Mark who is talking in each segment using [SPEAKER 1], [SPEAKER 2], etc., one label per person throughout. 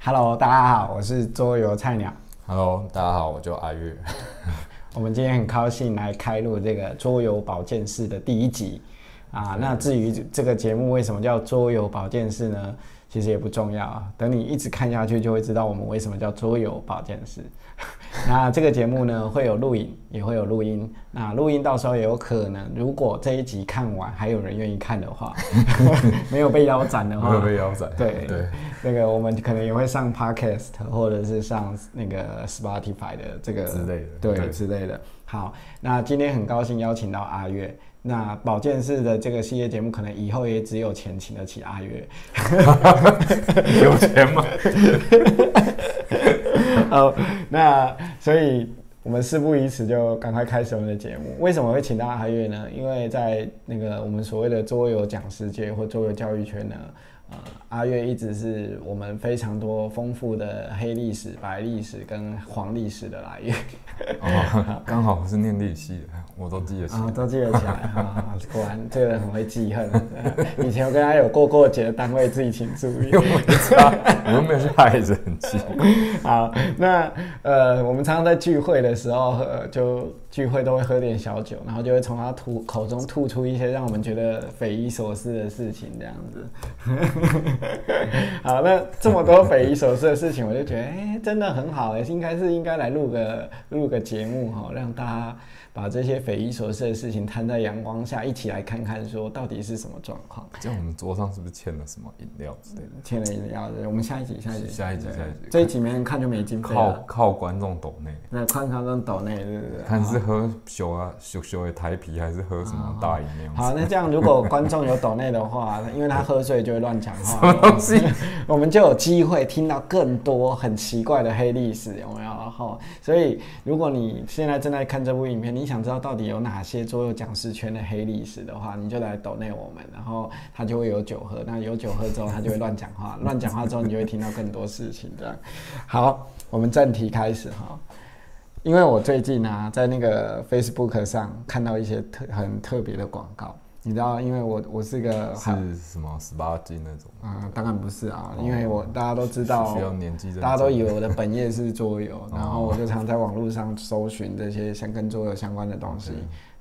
[SPEAKER 1] Hello，大家好，我是桌游菜鸟。
[SPEAKER 2] Hello，大家好，我叫阿月。
[SPEAKER 1] 啊我们今天很高兴来开录这个桌游保健室的第一集啊。那至于这个节目为什么叫桌游保健室呢？其实也不重要啊，等你一直看下去就会知道我们为什么叫桌游保健室。 那这个节目呢会有录影，也会有录音。那录音到时候也有可能，如果这一集看完还有人愿意看的话， 没有被腰斩的话，
[SPEAKER 2] 没有被腰斩
[SPEAKER 1] 对
[SPEAKER 2] 对，
[SPEAKER 1] 那个我们可能也会上 podcast 或者是上那个 Spotify 的这个
[SPEAKER 2] 之类的
[SPEAKER 1] 对
[SPEAKER 2] 对
[SPEAKER 1] 之类的。好，那今天很高兴邀请到阿月。那保健室的这个系列节目，可能以后也只有钱请得起阿月。
[SPEAKER 2] 有钱吗？
[SPEAKER 1] 好，那所以我们事不宜迟，就赶快开始我们的节目。为什么会请到阿月呢？因为在那个我们所谓的桌游讲师界或桌游教育圈呢，呃，阿月一直是我们非常多丰富的黑历史、白历史跟黄历史的来源。
[SPEAKER 2] 哦，刚好我是念历系的，我都记得起
[SPEAKER 1] 啊、
[SPEAKER 2] 来。
[SPEAKER 1] 都记得起来啊、果然这个人很会记恨。 以前我跟他有过过节的单位，自己请注意。
[SPEAKER 2] 又没差， 我又没有去害人记。
[SPEAKER 1] 好，那呃，我们常常在聚会的时候，呃，就聚会都会喝点小酒，然后就会从他吐口中吐出一些让我们觉得匪夷所思的事情，这样子。 好，那这么多匪夷所思的事情，我就觉得，哎、真的很好、哎，应该是应该来录个录个节目哈、让大家把这些匪夷所思的事情摊在阳光下，一起来看看，说到底是什么状况。
[SPEAKER 2] 这样我们桌上是不是欠了什么饮料之类的？
[SPEAKER 1] 天了饮料，我们下一集，下一集，
[SPEAKER 2] 下一集
[SPEAKER 1] 对
[SPEAKER 2] 下一集
[SPEAKER 1] 这一集没人看就没经费了
[SPEAKER 2] 靠。靠观众抖内，
[SPEAKER 1] 那看他跟岛内对不对？
[SPEAKER 2] 看是喝酒啊，酒酒的台啤，还是喝什么大饮料？
[SPEAKER 1] 啊好，那这样如果观众有岛内的话，因为他喝醉就会乱讲话，
[SPEAKER 2] 什么东西？
[SPEAKER 1] 我们就有机会听到更多很奇怪的黑历史，有没有？哈，所以如果你现在正在看这部影片，你想知道到底有哪些桌游讲师圈的黑历史的话，你就来抖内我们，然后他就会有酒喝，那有酒喝之后他就会乱讲话，乱讲话之后你就会听到更多事情，这样。好，我们正题开始哈。因为我最近啊，在那个 Facebook 上看到一些特很特别的广告，你知道，因为我我是个很
[SPEAKER 2] 是什么十八禁那种？
[SPEAKER 1] 啊、当然不是啊，因为我大家都知道
[SPEAKER 2] 需，要年纪认哦证
[SPEAKER 1] 大家都以为我的本业是桌游，然后我就常在网络上搜寻这些相跟桌游相关的东西，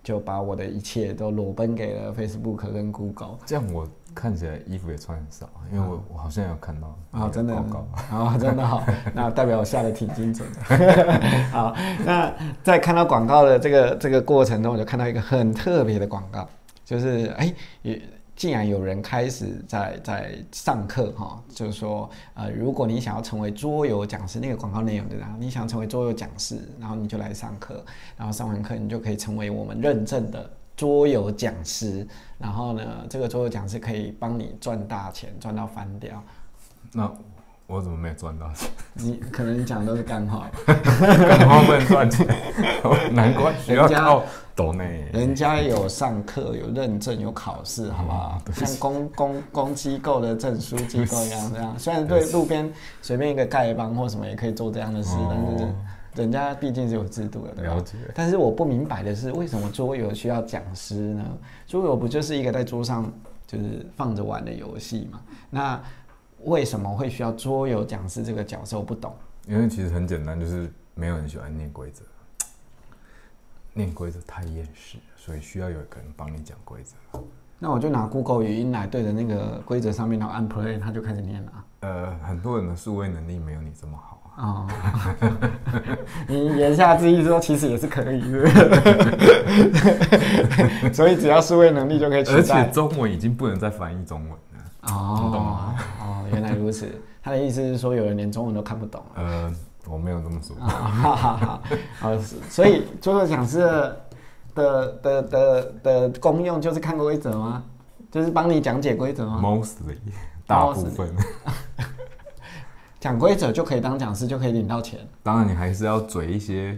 [SPEAKER 1] 就把我的一切都裸奔给了 Facebook 跟 Google
[SPEAKER 2] 这样我看起来衣服也穿很少，因为我我好像有看到那
[SPEAKER 1] 啊、
[SPEAKER 2] 个
[SPEAKER 1] 真的
[SPEAKER 2] 广告。
[SPEAKER 1] 啊、真的好，那代表我下的挺精准的。 好，那在看到广告的这个这个过程中，我就看到一个很特别的广告，就是哎也。竟然有人开始在在上课哈、就是说，呃，如果你想要成为桌游讲师，那个广告内容对吧？你想成为桌游讲师，然后你就来上课，然后上完课你就可以成为我们认证的桌游讲师，然后呢，这个桌游讲师可以帮你赚大钱，赚到翻掉。
[SPEAKER 2] 那我怎么没有赚到？
[SPEAKER 1] 你可能讲的都是干 话，
[SPEAKER 2] 干嘛不能赚 钱？难怪需要
[SPEAKER 1] 人家
[SPEAKER 2] 靠抖内。
[SPEAKER 1] 人家有上课、有认证、有考试，好不 好？像公公公机构的证书机构一样，这样。虽然 对路边随便一个丐帮或什么也可以做这样的事，
[SPEAKER 2] 哦
[SPEAKER 1] 但是人家毕竟是有制度的，对吧
[SPEAKER 2] 了解？
[SPEAKER 1] 但是我不明白的是，为什么桌游需要讲师呢？桌游不就是一个在桌上就是放着玩的游戏嘛？那为什么会需要桌游讲师这个角色？我不懂。
[SPEAKER 2] 因为其实很简单，就是没有人喜欢念规则，念规则太厌世了，所以需要有一个人帮你讲规则。
[SPEAKER 1] 那我就拿 Google 语音来对着那个规则上面，然后按 Play，它就开始念了啊。
[SPEAKER 2] 呃，很多人的数位能力没有你这么好啊。
[SPEAKER 1] 哦， 你言下之意说其实也是可以的， 所以只要数位能力就可以取
[SPEAKER 2] 而且
[SPEAKER 1] 代。
[SPEAKER 2] 中文已经不能再翻译中文了。你懂
[SPEAKER 1] 哦
[SPEAKER 2] 吗
[SPEAKER 1] 哦，原来如此。他的意思是说，有人连中文都看不懂了。
[SPEAKER 2] 呃，我没有这么说。
[SPEAKER 1] 啊哈哈哈！好，所以桌游讲师的的的的的功用就是看规则吗？就是帮你讲解规则吗？
[SPEAKER 2] Mostly，大部分。
[SPEAKER 1] 讲规则就可以当讲师，就可以领到钱。
[SPEAKER 2] 当然，你还是要嘴一些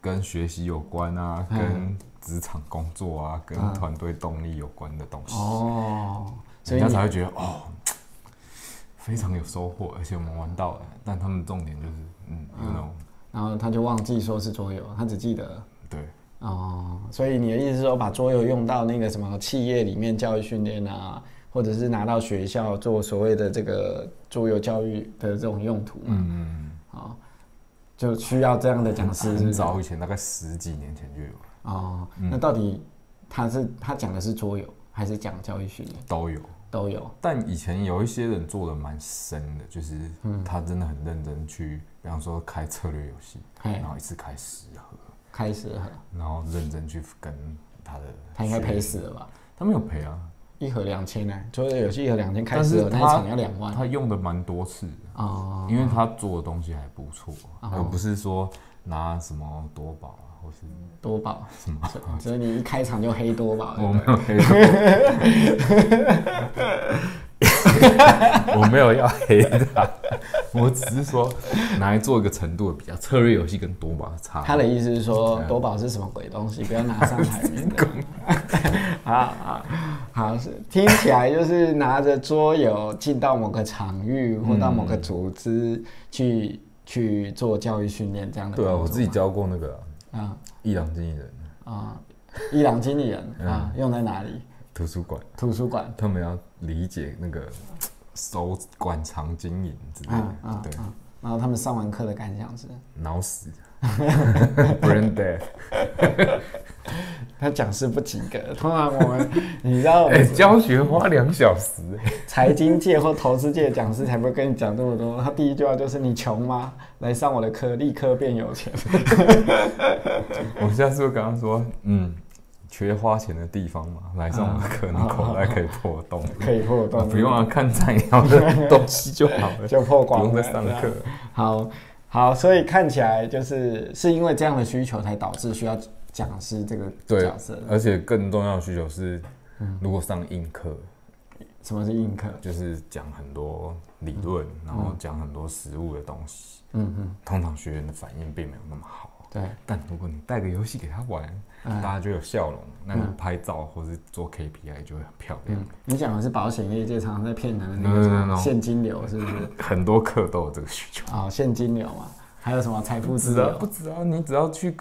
[SPEAKER 2] 跟学习有关啊，
[SPEAKER 1] 嗯
[SPEAKER 2] 跟职场工作啊，跟团队动力有关的东西。
[SPEAKER 1] 哦，所
[SPEAKER 2] 人
[SPEAKER 1] 以
[SPEAKER 2] 家
[SPEAKER 1] 你
[SPEAKER 2] 才会觉得哦，非常有收获，而且我们玩到了。但他们重点就是，嗯，you know，、
[SPEAKER 1] 然后他就忘记说是桌游，他只记得
[SPEAKER 2] 对，
[SPEAKER 1] 哦。所以你的意思是说，把桌游用到那个什么企业里面教育训练啊，或者是拿到学校做所谓的这个桌游教育的这种用途嘛，
[SPEAKER 2] 嗯，
[SPEAKER 1] 哦，就需要这样的讲师，是不
[SPEAKER 2] 很
[SPEAKER 1] 是？
[SPEAKER 2] 早以嗯前，大概十几年前就有了，
[SPEAKER 1] 哦，那到底他是他讲的是桌游，还是讲教育训练？
[SPEAKER 2] 都有。
[SPEAKER 1] 都有。
[SPEAKER 2] 但以前有一些人做的蛮深的，就是
[SPEAKER 1] 嗯
[SPEAKER 2] 他真的很认真去，比方说开策略游戏，
[SPEAKER 1] 嘿
[SPEAKER 2] 然后一次开十盒，
[SPEAKER 1] 开始了，
[SPEAKER 2] 然后认真去跟他的，
[SPEAKER 1] 他应该赔，死了吧？
[SPEAKER 2] 他没有赔啊，
[SPEAKER 1] 一盒两千呢，桌游游戏一盒两千，开
[SPEAKER 2] 但
[SPEAKER 1] 始
[SPEAKER 2] 是
[SPEAKER 1] 了那一
[SPEAKER 2] 他
[SPEAKER 1] 场要两万
[SPEAKER 2] 啊他用的蛮多次的，
[SPEAKER 1] 哦，
[SPEAKER 2] 因为他做的东西还不错，
[SPEAKER 1] 哦
[SPEAKER 2] 而不是说拿什么夺宝啊，或是
[SPEAKER 1] 多宝什么？啊
[SPEAKER 2] 哎
[SPEAKER 1] 所以你一开场就黑多宝，对
[SPEAKER 2] 我
[SPEAKER 1] 不
[SPEAKER 2] 没
[SPEAKER 1] 对
[SPEAKER 2] 有黑他， 我没有要黑他， 我只是说拿来做一个程度的比较，策略游戏跟夺宝的差。
[SPEAKER 1] 他的意思是
[SPEAKER 2] 啊
[SPEAKER 1] 说，夺宝是什么鬼东西？不要拿上台面 的。啊啊，好，是听起来就是拿着桌游进到某个场域或到某个组织去、去做教育训练这样的工
[SPEAKER 2] 对
[SPEAKER 1] 作
[SPEAKER 2] 啊，
[SPEAKER 1] 嘛。
[SPEAKER 2] 我自己教过那个啊
[SPEAKER 1] 啊
[SPEAKER 2] 伊朗经纪人
[SPEAKER 1] 啊，伊朗经理人
[SPEAKER 2] 嗯
[SPEAKER 1] 啊，用在哪里？
[SPEAKER 2] 图书馆，
[SPEAKER 1] 图书馆。
[SPEAKER 2] 他们要理解那个收馆藏经营之类
[SPEAKER 1] 嗯
[SPEAKER 2] 的
[SPEAKER 1] 嗯，
[SPEAKER 2] 对，
[SPEAKER 1] 嗯。然后他们上完课的感想是，
[SPEAKER 2] 脑死 ，brain dead。
[SPEAKER 1] 他讲师不及格。通常我们，你知道我
[SPEAKER 2] 哎，
[SPEAKER 1] 们
[SPEAKER 2] 教学花两小时，哎
[SPEAKER 1] 财经界或投资界的讲师才不会跟你讲这么多。他第一句话就是：“你穷吗？来上我的课，立刻变有钱。
[SPEAKER 2] 我下次会跟他说，嗯，缺花钱的地方嘛，来上我们课，你口袋可以破洞。”
[SPEAKER 1] 可以破
[SPEAKER 2] 啊
[SPEAKER 1] 洞，
[SPEAKER 2] 不用啊，看菜鸟的东西就好 了，
[SPEAKER 1] 就破
[SPEAKER 2] 不
[SPEAKER 1] 光了。
[SPEAKER 2] 用再上课
[SPEAKER 1] 这样。。好好，所以看起来就是是因为这样的需求才导致需要讲师这个
[SPEAKER 2] 对
[SPEAKER 1] 角色。，
[SPEAKER 2] 而且更重要的需求是，如果上硬课，
[SPEAKER 1] 什么是硬课？
[SPEAKER 2] 就是讲很多理论，然后讲很多实物的东西，
[SPEAKER 1] 嗯嗯，
[SPEAKER 2] 通常学员的反应并没有那么好。
[SPEAKER 1] 对，
[SPEAKER 2] 但如果你带个游戏给他玩，
[SPEAKER 1] 嗯
[SPEAKER 2] 大家就有笑容，那你拍照或是做 KPI 就会很漂亮
[SPEAKER 1] 嗯。，你讲的是保险业界常常在骗人的那
[SPEAKER 2] No,
[SPEAKER 1] 个
[SPEAKER 2] no,
[SPEAKER 1] 什么
[SPEAKER 2] no, no.
[SPEAKER 1] 现金流，是不是？
[SPEAKER 2] 很多课都有这个需求。
[SPEAKER 1] 啊、现金流嘛，还有什么财富
[SPEAKER 2] 不
[SPEAKER 1] 自
[SPEAKER 2] 止
[SPEAKER 1] 由
[SPEAKER 2] 啊，不止啊，你只要去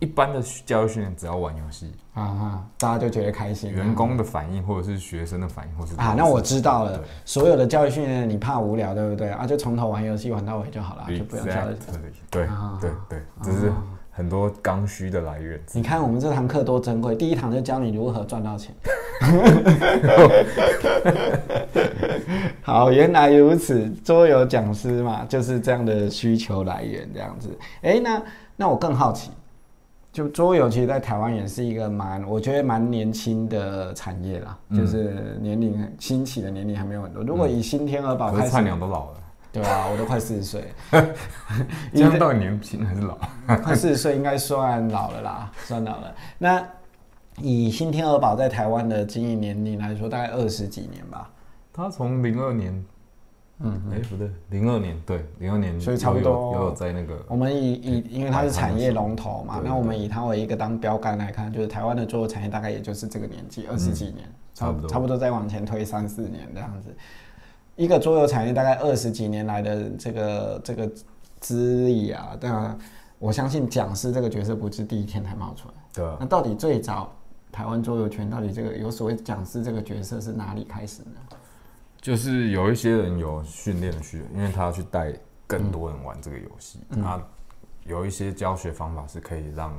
[SPEAKER 2] 一般的教育训练，只要玩游戏，
[SPEAKER 1] 啊啊，大家就觉得开心啊、
[SPEAKER 2] 员工的反应，或者是学生的反应，或是
[SPEAKER 1] 啊，那我知道了
[SPEAKER 2] 对。
[SPEAKER 1] 所有的教育训练，你怕无聊，对不对？啊，就从头玩游戏玩到尾就好了，啊就不用教育
[SPEAKER 2] Exactly，。对
[SPEAKER 1] 啊
[SPEAKER 2] 对对，这是很多刚需的来源。
[SPEAKER 1] 你看我们这堂课多珍贵，第一堂就教你如何赚到钱。 好，原来如此，桌游讲师嘛，就是这样的需求来源，这样子。哎、那那我更好奇，就桌游其实，在台湾也是一个蛮，我觉得蛮年轻的产业啦，就是年龄兴起的年龄还没有很多。如果以新天鹅堡
[SPEAKER 2] 可
[SPEAKER 1] 开
[SPEAKER 2] 是
[SPEAKER 1] 始
[SPEAKER 2] 菜鸟都老了，
[SPEAKER 1] 对啊，我都快四十 岁，
[SPEAKER 2] 这样到底年轻还是
[SPEAKER 1] 嗯
[SPEAKER 2] 老？
[SPEAKER 1] 快四十岁应该算老了啦，算老了。那以新天鹅堡在台湾的经营年龄来说，大概二十几年吧，
[SPEAKER 2] 他从零二年，嗯，哎，不对，零二年，对，零二年，
[SPEAKER 1] 所以差不多
[SPEAKER 2] 有有有在那个
[SPEAKER 1] 我们以以因为它是产业龙头嘛，
[SPEAKER 2] 对
[SPEAKER 1] 那我们以它为一个当标杆来看，就是台湾的桌游产业大概也就是这个年纪，二十几年，
[SPEAKER 2] 嗯差不多
[SPEAKER 1] 差不多再往前推三四年这样子。一个桌游产业大概二十几年来的这个这个资历啊，当然我相信讲师这个角色不是第一天才冒出来。
[SPEAKER 2] 的
[SPEAKER 1] 那到底最早台湾桌游圈到底这个有所谓讲师这个角色是哪里开始呢？
[SPEAKER 2] 就是有一些人有训练的需求，因为他要去带更多人玩这个游戏。那、有一些教学方法是可以让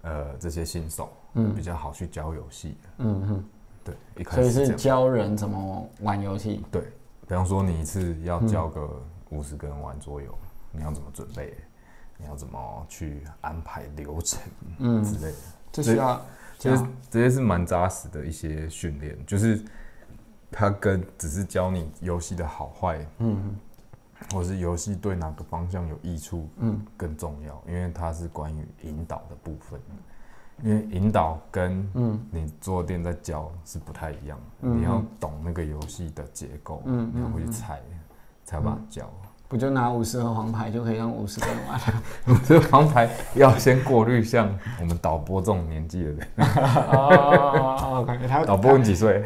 [SPEAKER 2] 呃这些新手比较好去教游戏的。
[SPEAKER 1] 嗯嗯，
[SPEAKER 2] 对，嗯一开
[SPEAKER 1] 所以
[SPEAKER 2] 始是这
[SPEAKER 1] 是
[SPEAKER 2] 样。
[SPEAKER 1] 教人怎么玩游戏。
[SPEAKER 2] 对，比方说你一次要教个五十个人玩桌游，你要怎么准备？你要怎么去安排流程？嗯，之类的，
[SPEAKER 1] 这需要
[SPEAKER 2] 就是
[SPEAKER 1] 教
[SPEAKER 2] 这些是蛮扎实的一些训练，就是它跟只是教你游戏的好坏，
[SPEAKER 1] 嗯
[SPEAKER 2] 或是游戏对哪个方向有益处，
[SPEAKER 1] 嗯
[SPEAKER 2] 更重要，因为它是关于引导的部分。因为引导跟
[SPEAKER 1] 嗯
[SPEAKER 2] 你坐店在教是不太一样的，
[SPEAKER 1] 嗯
[SPEAKER 2] 你要懂那个游戏的结构，
[SPEAKER 1] 嗯
[SPEAKER 2] 你要会去猜，才有办法教。
[SPEAKER 1] 不就拿五十盒黄牌就可以让五十个人玩？
[SPEAKER 2] 所以黄牌要先过滤，像我们导播这种年纪的人，
[SPEAKER 1] 哦，OK，他
[SPEAKER 2] 导播你几岁？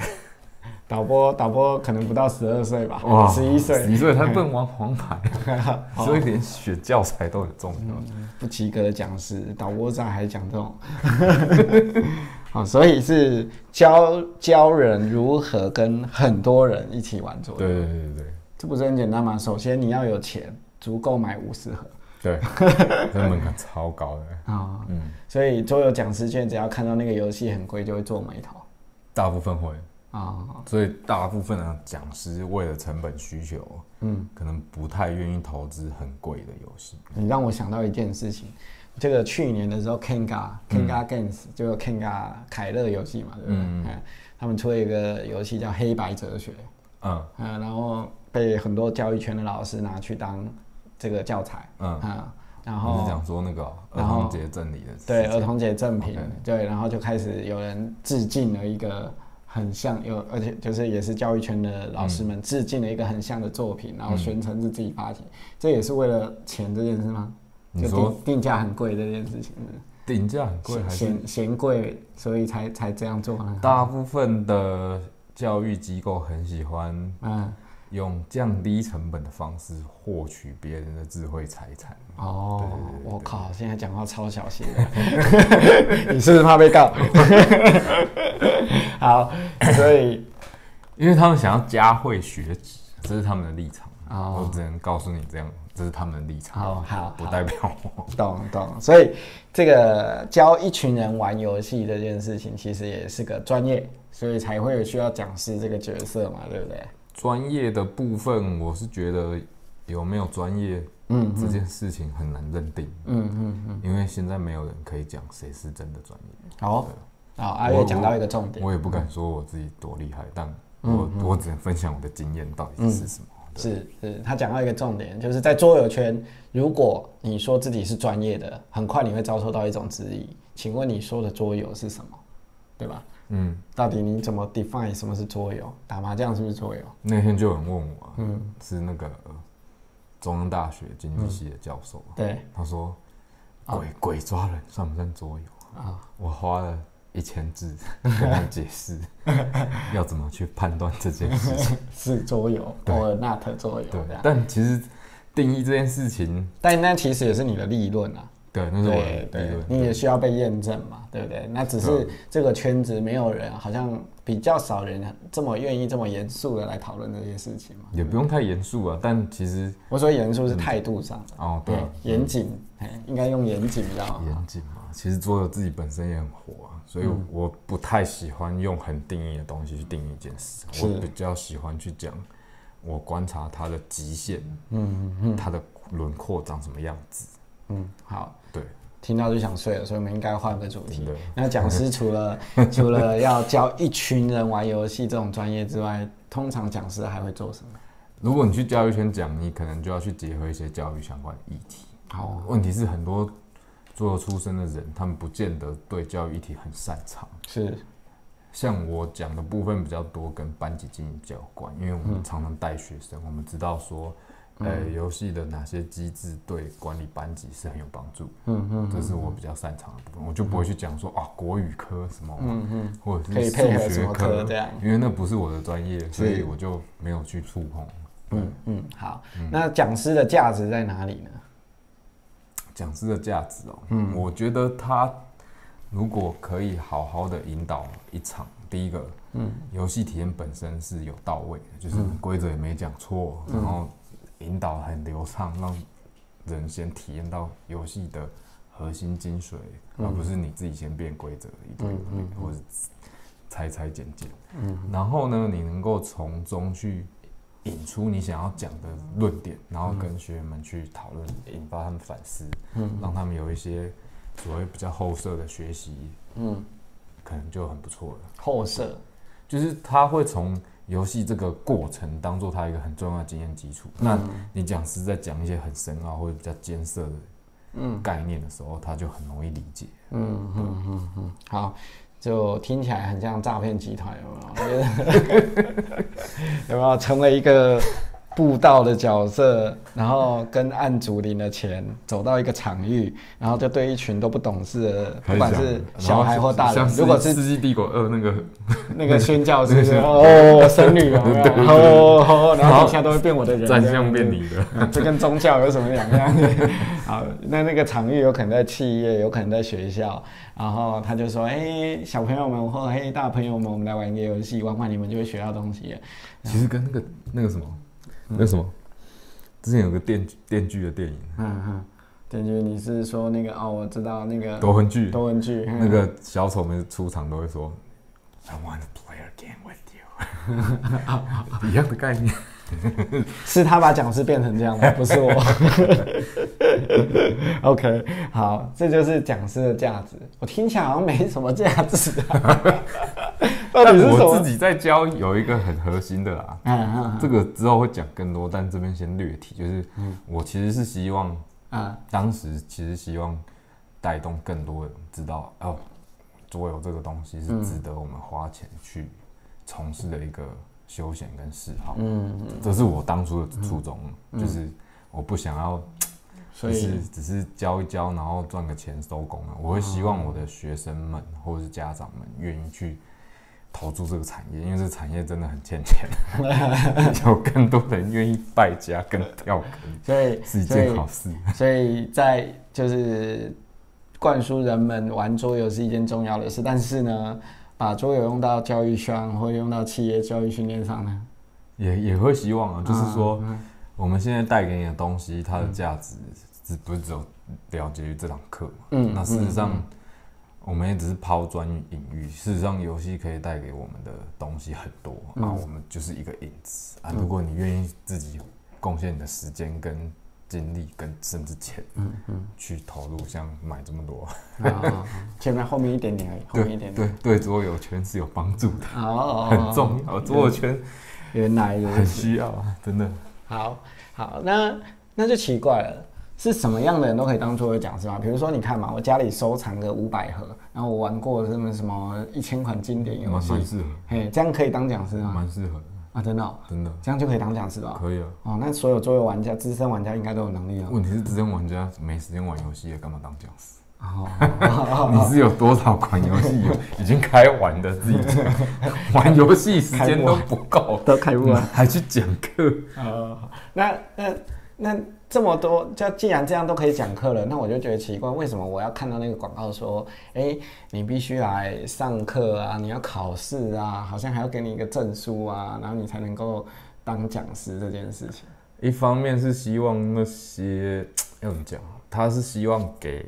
[SPEAKER 1] 导播导播可能不到十二岁吧，十一岁，
[SPEAKER 2] 十一岁他 不能玩黄牌， 嗯所以连选教材都很重要。
[SPEAKER 1] 不及格的讲师，导播上还讲这种， 好，所以是教教人如何跟很多人一起玩桌游，
[SPEAKER 2] 对对对对
[SPEAKER 1] 这不是很简单吗？首先你要有钱，足够买五十盒
[SPEAKER 2] 对， 对，这门槛超高的，
[SPEAKER 1] 啊、
[SPEAKER 2] 嗯，
[SPEAKER 1] 所以桌游讲师券只要看到那个游戏很贵，就会皱眉头
[SPEAKER 2] 大部分会，
[SPEAKER 1] 啊、
[SPEAKER 2] 所以大部分的讲师为了成本需求，
[SPEAKER 1] 嗯，
[SPEAKER 2] 可能不太愿意投资很贵的游戏。
[SPEAKER 1] 你让我想到一件事情，这个去年的时候，Kenga Kenga Games、就是 Kenga 凯乐游戏嘛，对不对？
[SPEAKER 2] 嗯
[SPEAKER 1] 嗯他们出了一个游戏叫黑白哲学，
[SPEAKER 2] 嗯
[SPEAKER 1] 嗯，然后被很多教育圈的老师拿去当这个教材，
[SPEAKER 2] 嗯，
[SPEAKER 1] 嗯，然
[SPEAKER 2] 你是
[SPEAKER 1] 后
[SPEAKER 2] 讲说那个哦儿
[SPEAKER 1] 然后
[SPEAKER 2] 童节赠礼的事
[SPEAKER 1] 对
[SPEAKER 2] 情
[SPEAKER 1] 儿童节赠品
[SPEAKER 2] OK，
[SPEAKER 1] 对，然后就开始有人致敬了一个很像有，而且就是也是教育圈的老
[SPEAKER 2] 嗯
[SPEAKER 1] 师们致敬了一个很像的作品，然后宣称是自己发行，这也是为了钱这件事吗？
[SPEAKER 2] 你
[SPEAKER 1] 就
[SPEAKER 2] 说
[SPEAKER 1] 定定价很贵这件事情，嗯
[SPEAKER 2] 定价很贵还
[SPEAKER 1] 嫌
[SPEAKER 2] 是？
[SPEAKER 1] 嫌嫌贵，所以才才这样做呢？
[SPEAKER 2] 大部分的教育机构很喜欢
[SPEAKER 1] 嗯，
[SPEAKER 2] 用降低成本的方式获取别人的智慧财产。
[SPEAKER 1] 哦
[SPEAKER 2] 对对，对
[SPEAKER 1] 我
[SPEAKER 2] 对
[SPEAKER 1] 靠，现在讲话超小 心的，你是不是怕被告？好，所以
[SPEAKER 2] 因为他们想要加惠学子，这是他们的立场。
[SPEAKER 1] 哦
[SPEAKER 2] 我只能告诉你这样，这是他们的立场，
[SPEAKER 1] 好好
[SPEAKER 2] 不代表我。
[SPEAKER 1] 懂懂，所以这个教一群人玩游戏这件事情，其实也是个专业，所以才会有需要讲师这个角色嘛，对不对？
[SPEAKER 2] 专业的部分，我是觉得有没有专业
[SPEAKER 1] 嗯
[SPEAKER 2] 这件事情很难认定，
[SPEAKER 1] 嗯嗯嗯，
[SPEAKER 2] 因为现在没有人可以讲谁是真的专业。
[SPEAKER 1] 好，好，阿月讲到一个重点，
[SPEAKER 2] 我也不敢说我自己多厉害，但
[SPEAKER 1] 嗯
[SPEAKER 2] 我我只能分享我的经验到底是什么。对
[SPEAKER 1] 是是，他讲到一个重点，就是在桌游圈，如果你说自己是专业的，很快你会遭受到一种质疑。请问你说的桌游是什么？对吧？
[SPEAKER 2] 嗯，
[SPEAKER 1] 到底你怎么 define 什么是桌游？打麻将是不是桌游？
[SPEAKER 2] 那天就有人问我、啊，是那个呃中央大学经济系的教授啊、
[SPEAKER 1] 对
[SPEAKER 2] 他说鬼鬼抓人算不算桌游？
[SPEAKER 1] 啊，
[SPEAKER 2] 我花了一千 字跟他解释要怎么去判断这件事情。
[SPEAKER 1] 是桌游
[SPEAKER 2] 对
[SPEAKER 1] ，or not 桌游
[SPEAKER 2] 对
[SPEAKER 1] 这，样。
[SPEAKER 2] 但其实定义这件事情，
[SPEAKER 1] 但那其实也是你的立论啊，
[SPEAKER 2] 嗯对，那是我的
[SPEAKER 1] 对
[SPEAKER 2] 理
[SPEAKER 1] 对
[SPEAKER 2] 论，。
[SPEAKER 1] 你也需要被验证嘛，对不对？那只是
[SPEAKER 2] 对
[SPEAKER 1] 这个圈子没有人，好像比较少人这么愿意这么严肃的来讨论这些事情嘛。
[SPEAKER 2] 也不用太严肃啊，但其实
[SPEAKER 1] 我说严
[SPEAKER 2] 嗯
[SPEAKER 1] 肃是态度上的。
[SPEAKER 2] 哦，对
[SPEAKER 1] 对
[SPEAKER 2] 啊，，
[SPEAKER 1] 严谨，哎，应该用严谨比啊较好。
[SPEAKER 2] 严谨嘛。其实桌游自己本身也很火啊，所以我不太喜欢用很定义的东西去定义一件事，
[SPEAKER 1] 是
[SPEAKER 2] 我比较喜欢去讲我观察它的极限，
[SPEAKER 1] 嗯嗯
[SPEAKER 2] 它的轮廓长什么样子。
[SPEAKER 1] 嗯，好，
[SPEAKER 2] 对，
[SPEAKER 1] 听到就想睡了，所以我们应该换个主题
[SPEAKER 2] 真的。
[SPEAKER 1] 那讲师除 了除了要教一群人玩游戏这种专业之外，通常讲师还会做什么？
[SPEAKER 2] 如果你去教育圈讲，你可能就要去结合一些教育相关的议题。
[SPEAKER 1] 好，
[SPEAKER 2] 问题是很多做游出身的人，他们不见得对教育议题很擅长。
[SPEAKER 1] 是
[SPEAKER 2] 像我讲的部分比较多跟班级经营比较有关，因为我们常常带学生，我们知道说，
[SPEAKER 1] 嗯
[SPEAKER 2] 呃，游戏的哪些机制对管理班级是很有帮助，
[SPEAKER 1] 嗯嗯
[SPEAKER 2] 这是我比较擅长的部分，我就不会去讲说啊国语科什么，
[SPEAKER 1] 嗯嗯，
[SPEAKER 2] 或者
[SPEAKER 1] 可以
[SPEAKER 2] 是
[SPEAKER 1] 配合
[SPEAKER 2] 数
[SPEAKER 1] 什
[SPEAKER 2] 学
[SPEAKER 1] 么科这样
[SPEAKER 2] 因为那不是我的专业，所以我就没有去触碰。
[SPEAKER 1] 嗯嗯，好。那讲师的价值在哪里呢？
[SPEAKER 2] 讲师的价值哦，
[SPEAKER 1] 嗯
[SPEAKER 2] 我觉得他如果可以好好的引导一场，第一个，嗯，游戏体验本身是有到位的，就是规则也没讲错，然后引导很流畅，让人先体验到游戏的核心精髓，
[SPEAKER 1] 嗯
[SPEAKER 2] 而不是你自己先变规则一堆一堆，或者拆拆减减。嗯，然后呢，你能够从中去引出你想要讲的论点，然后跟学员们去讨论，引发他们反思，
[SPEAKER 1] 嗯
[SPEAKER 2] 让他们有一些所谓比较后设的学习，
[SPEAKER 1] 嗯，
[SPEAKER 2] 可能就很不错了。
[SPEAKER 1] 后设，
[SPEAKER 2] 就是他会从游戏这个过程当做他一个很重要的经验基础。那
[SPEAKER 1] 嗯
[SPEAKER 2] 你讲师在讲一些很深奥或者比较艰涩的
[SPEAKER 1] 嗯
[SPEAKER 2] 概念的时候，他就很容易理解。
[SPEAKER 1] 嗯嗯嗯嗯，好，就听起来很 像诈骗集团，有没有？就是有没有成为一个布道的角色，然后跟案主领了钱，走到一个场域，然后就对一群都不懂事的，不管是小孩或大人，如果
[SPEAKER 2] 《
[SPEAKER 1] 是
[SPEAKER 2] 世纪帝国二》那个，
[SPEAKER 1] 那个宣教师，哦，神女有没有？哦哦，然后底下都会变我的 人，
[SPEAKER 2] 战象变你的，
[SPEAKER 1] 嗯 这跟宗教有什么两样？ 好，那那个场域有可能在企业，有可能在学校，然后他就说：“哎、小朋友们或嘿大朋友们，我们来玩一个游戏，玩玩你们就会学到东西了。
[SPEAKER 2] 其实跟那个那个什么，那个什么，之前有个电电锯的电影，”
[SPEAKER 1] 嗯嗯，点菊，你是说那个哦？我知道那个
[SPEAKER 2] 夺魂锯，
[SPEAKER 1] 多文具，嗯
[SPEAKER 2] 那个小丑们出场都会说，I want to play a game with you，一样 的概念。
[SPEAKER 1] 是他把讲师变成这样吗？不是我。OK，好，这就是讲师的价值。我听起来好像没什么价值、啊， 到
[SPEAKER 2] 但
[SPEAKER 1] 底是什
[SPEAKER 2] 我
[SPEAKER 1] 么
[SPEAKER 2] 自？己在教有一个很核心的啦，
[SPEAKER 1] 嗯嗯
[SPEAKER 2] 这个之后会讲更多，但这边先略提，就是我其实是希望
[SPEAKER 1] 嗯
[SPEAKER 2] 当时其实希望带动更多人知道哦，桌游这个东西是值得我们花钱去从事的一个休闲跟嗜好，
[SPEAKER 1] 嗯，
[SPEAKER 2] 这是我当初的初衷，就是我不想要
[SPEAKER 1] 所
[SPEAKER 2] 就
[SPEAKER 1] 以
[SPEAKER 2] 是只是教一教，然后赚个钱收工了。我会希望我
[SPEAKER 1] 嗯
[SPEAKER 2] 的学生们或者是家长们愿意去投注这个产业，因为这个产业真的很欠钱， 有更多人愿意败家跟跳坑，
[SPEAKER 1] 所以
[SPEAKER 2] 是一
[SPEAKER 1] 所以
[SPEAKER 2] 件好事。
[SPEAKER 1] 所以在就是灌输人们玩桌游是一件重要的事，但是呢，把桌游用到教育上或用到企业教育训练上呢，
[SPEAKER 2] 也也会希望啊，就是说
[SPEAKER 1] 嗯
[SPEAKER 2] 我们现在带给你的东西，它的价值只不是只有了解于这堂课嘛？
[SPEAKER 1] 嗯
[SPEAKER 2] 那事实上，我们也只是抛砖引玉。事实上，游戏可以带给我们的东西很多，
[SPEAKER 1] 嗯
[SPEAKER 2] 啊，我们就是一个影子啊。如果你愿意自己贡献你的时间跟精力跟甚至钱，嗯嗯，去投入，像买这么 多，
[SPEAKER 1] 啊啊啊前面后面一点点而已，后面一
[SPEAKER 2] 对
[SPEAKER 1] 点点
[SPEAKER 2] 对，对，桌游圈是有帮助的，
[SPEAKER 1] 哦，
[SPEAKER 2] 很重要，桌游圈
[SPEAKER 1] 原来如
[SPEAKER 2] 很
[SPEAKER 1] 此，
[SPEAKER 2] 需要啊，
[SPEAKER 1] 嗯
[SPEAKER 2] 真的。
[SPEAKER 1] 好好，那那就奇怪了。是什么样的人都可以当桌游讲师吗？比如说，你看嘛，我家里收藏个五百盒，然后我玩过什么什么一千款经典游
[SPEAKER 2] 蛮
[SPEAKER 1] 戏，
[SPEAKER 2] 蛮适合，
[SPEAKER 1] 嘿，这样可以当讲师吗？
[SPEAKER 2] 蛮适合的，
[SPEAKER 1] 啊，真的哦、
[SPEAKER 2] 真的
[SPEAKER 1] 这样就可以当讲师了哦。
[SPEAKER 2] 可以啊。
[SPEAKER 1] 哦，那所有桌游玩家、资深玩家应该都有能力啊了。
[SPEAKER 2] 问题是资深玩家没时间玩游戏，干嘛当讲师？
[SPEAKER 1] 哦，
[SPEAKER 2] 你是有多少款游戏有已经开完的自己讲玩游戏时间都不够，
[SPEAKER 1] 都开不完。
[SPEAKER 2] 还去讲课？
[SPEAKER 1] 哦，那那那这么多，就既然这样都可以讲课了，那我就觉得奇怪，为什么我要看到那个广告说，哎、你必须来上课啊，你要考试啊，好像还要给你一个证书啊，然后你才能够当讲师这件事情。
[SPEAKER 2] 一方面是希望那些要怎么讲，他是希望给，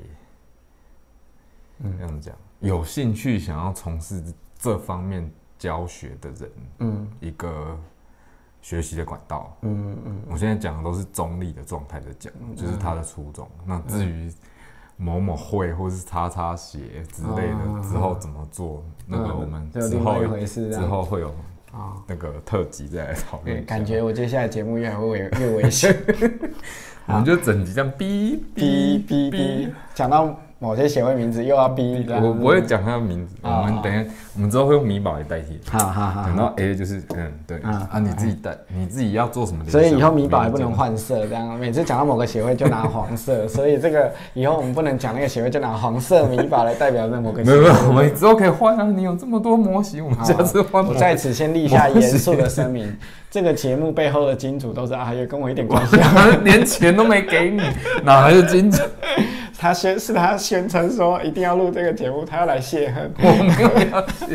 [SPEAKER 2] 要怎么讲，有兴趣想要从事这方面教学的人
[SPEAKER 1] 嗯
[SPEAKER 2] 一个学习的管道。
[SPEAKER 1] 嗯嗯，
[SPEAKER 2] 我现在讲的都是中立的状态在讲，就是他的初衷。
[SPEAKER 1] 嗯
[SPEAKER 2] 那至于某某会或是叉叉鞋之类
[SPEAKER 1] 哦
[SPEAKER 2] 的，之后怎么做，那个
[SPEAKER 1] 嗯
[SPEAKER 2] 我们
[SPEAKER 1] 这有
[SPEAKER 2] 之
[SPEAKER 1] 另
[SPEAKER 2] 后
[SPEAKER 1] 外一回事
[SPEAKER 2] 之
[SPEAKER 1] 啊。
[SPEAKER 2] 后会有
[SPEAKER 1] 哦
[SPEAKER 2] 那个特辑再来讨
[SPEAKER 1] 对，
[SPEAKER 2] 论。
[SPEAKER 1] 感，觉我接下来节目越来越危越 危险。
[SPEAKER 2] 我们就整集这样哔
[SPEAKER 1] 哔哔哔，，讲到某些协会名字又要哔，这样
[SPEAKER 2] 我不会讲他的名字，我
[SPEAKER 1] 啊
[SPEAKER 2] 们等一下，我们之后会用米宝来代替。
[SPEAKER 1] 好好好
[SPEAKER 2] 讲到 A 就是嗯对
[SPEAKER 1] 啊
[SPEAKER 2] 啊，你自己带你自己要做什么联想？
[SPEAKER 1] 所以以后米宝也不能
[SPEAKER 2] 换。
[SPEAKER 1] 换色，这样每次讲到某个协会就拿黄 色，所以这个以后我们不能讲那个协会就拿黄色米宝来代表那某个协
[SPEAKER 2] 没有没
[SPEAKER 1] 会。
[SPEAKER 2] 有，我们之后可以换啊！你有这么多模型，我们
[SPEAKER 1] 啊
[SPEAKER 2] 下次换模
[SPEAKER 1] 我
[SPEAKER 2] 型。
[SPEAKER 1] 在此先立下严肃的声明， 这个节目背后的金主都是阿月，跟我一点关系。
[SPEAKER 2] 连钱都没给你，哪来的金主？
[SPEAKER 1] 他宣是他宣称说一定要录这个节目，他要来泄恨。
[SPEAKER 2] 我没有要钱，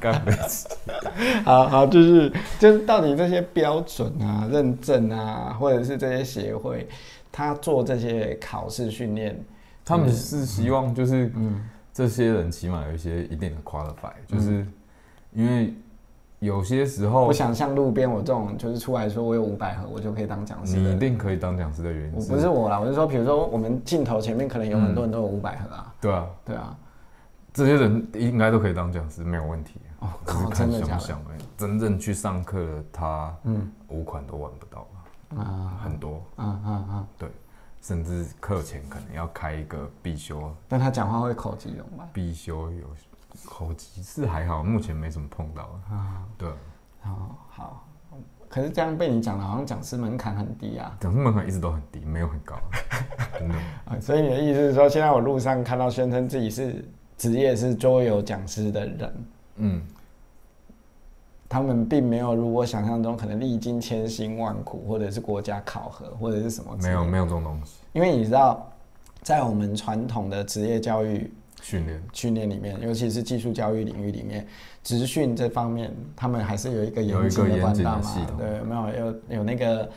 [SPEAKER 2] 干没事。
[SPEAKER 1] 好好，就是就是到底这些标准啊、认证啊，或者是这些协会，他做这些考试训练，
[SPEAKER 2] 他们是希望就是，
[SPEAKER 1] 嗯
[SPEAKER 2] 这些人起码有一些一定的 qualify，就是
[SPEAKER 1] 嗯
[SPEAKER 2] 因为有些时候
[SPEAKER 1] 我想像路边我这种，就是出来说我有五百盒，我就可以当讲师
[SPEAKER 2] 你一
[SPEAKER 1] 的。
[SPEAKER 2] 定可以当讲师的原因
[SPEAKER 1] 我
[SPEAKER 2] 是，嗯
[SPEAKER 1] 不是我啦，我是说，比如说我们镜头前面可能有很多人都有五百盒啊，
[SPEAKER 2] 对啊，
[SPEAKER 1] 对啊，
[SPEAKER 2] 这些人应该都可以当讲师，没有问题。
[SPEAKER 1] 哦
[SPEAKER 2] 只是
[SPEAKER 1] 靠，
[SPEAKER 2] 看
[SPEAKER 1] 真的假
[SPEAKER 2] 想不
[SPEAKER 1] 的？
[SPEAKER 2] 想而已。真正去上课的他，
[SPEAKER 1] 嗯
[SPEAKER 2] 五款都玩不到吧，
[SPEAKER 1] 啊
[SPEAKER 2] 很多，
[SPEAKER 1] 啊啊啊！
[SPEAKER 2] 对，甚至课前可能要开一个必修
[SPEAKER 1] 但他讲话会口疾怎么办？
[SPEAKER 2] 必修有口技是还好，目前没什么碰到。
[SPEAKER 1] 啊，
[SPEAKER 2] 对，
[SPEAKER 1] 好好，可是这样被你讲了，好像讲师门槛很低啊。
[SPEAKER 2] 讲师门槛一直都很低，没有很高， 真的
[SPEAKER 1] 啊，所以你的意思是说，现在我路上看到宣称自己是职业是桌游讲师的人，
[SPEAKER 2] 嗯，
[SPEAKER 1] 他们并没有如我想象中可能历经千辛万苦，或者是国家考核，或者是什么之
[SPEAKER 2] 没
[SPEAKER 1] 类的
[SPEAKER 2] 有没有这种东西，
[SPEAKER 1] 因为你知道，在我们传统的职业教育
[SPEAKER 2] 训练
[SPEAKER 1] 训练里面，尤其是技术教育领域里面，职训这方面，他们还是有一个
[SPEAKER 2] 有
[SPEAKER 1] 严
[SPEAKER 2] 一
[SPEAKER 1] 谨
[SPEAKER 2] 个
[SPEAKER 1] 的
[SPEAKER 2] 严
[SPEAKER 1] 管
[SPEAKER 2] 谨的
[SPEAKER 1] 道嘛
[SPEAKER 2] 系，统
[SPEAKER 1] 对，有没有有有那个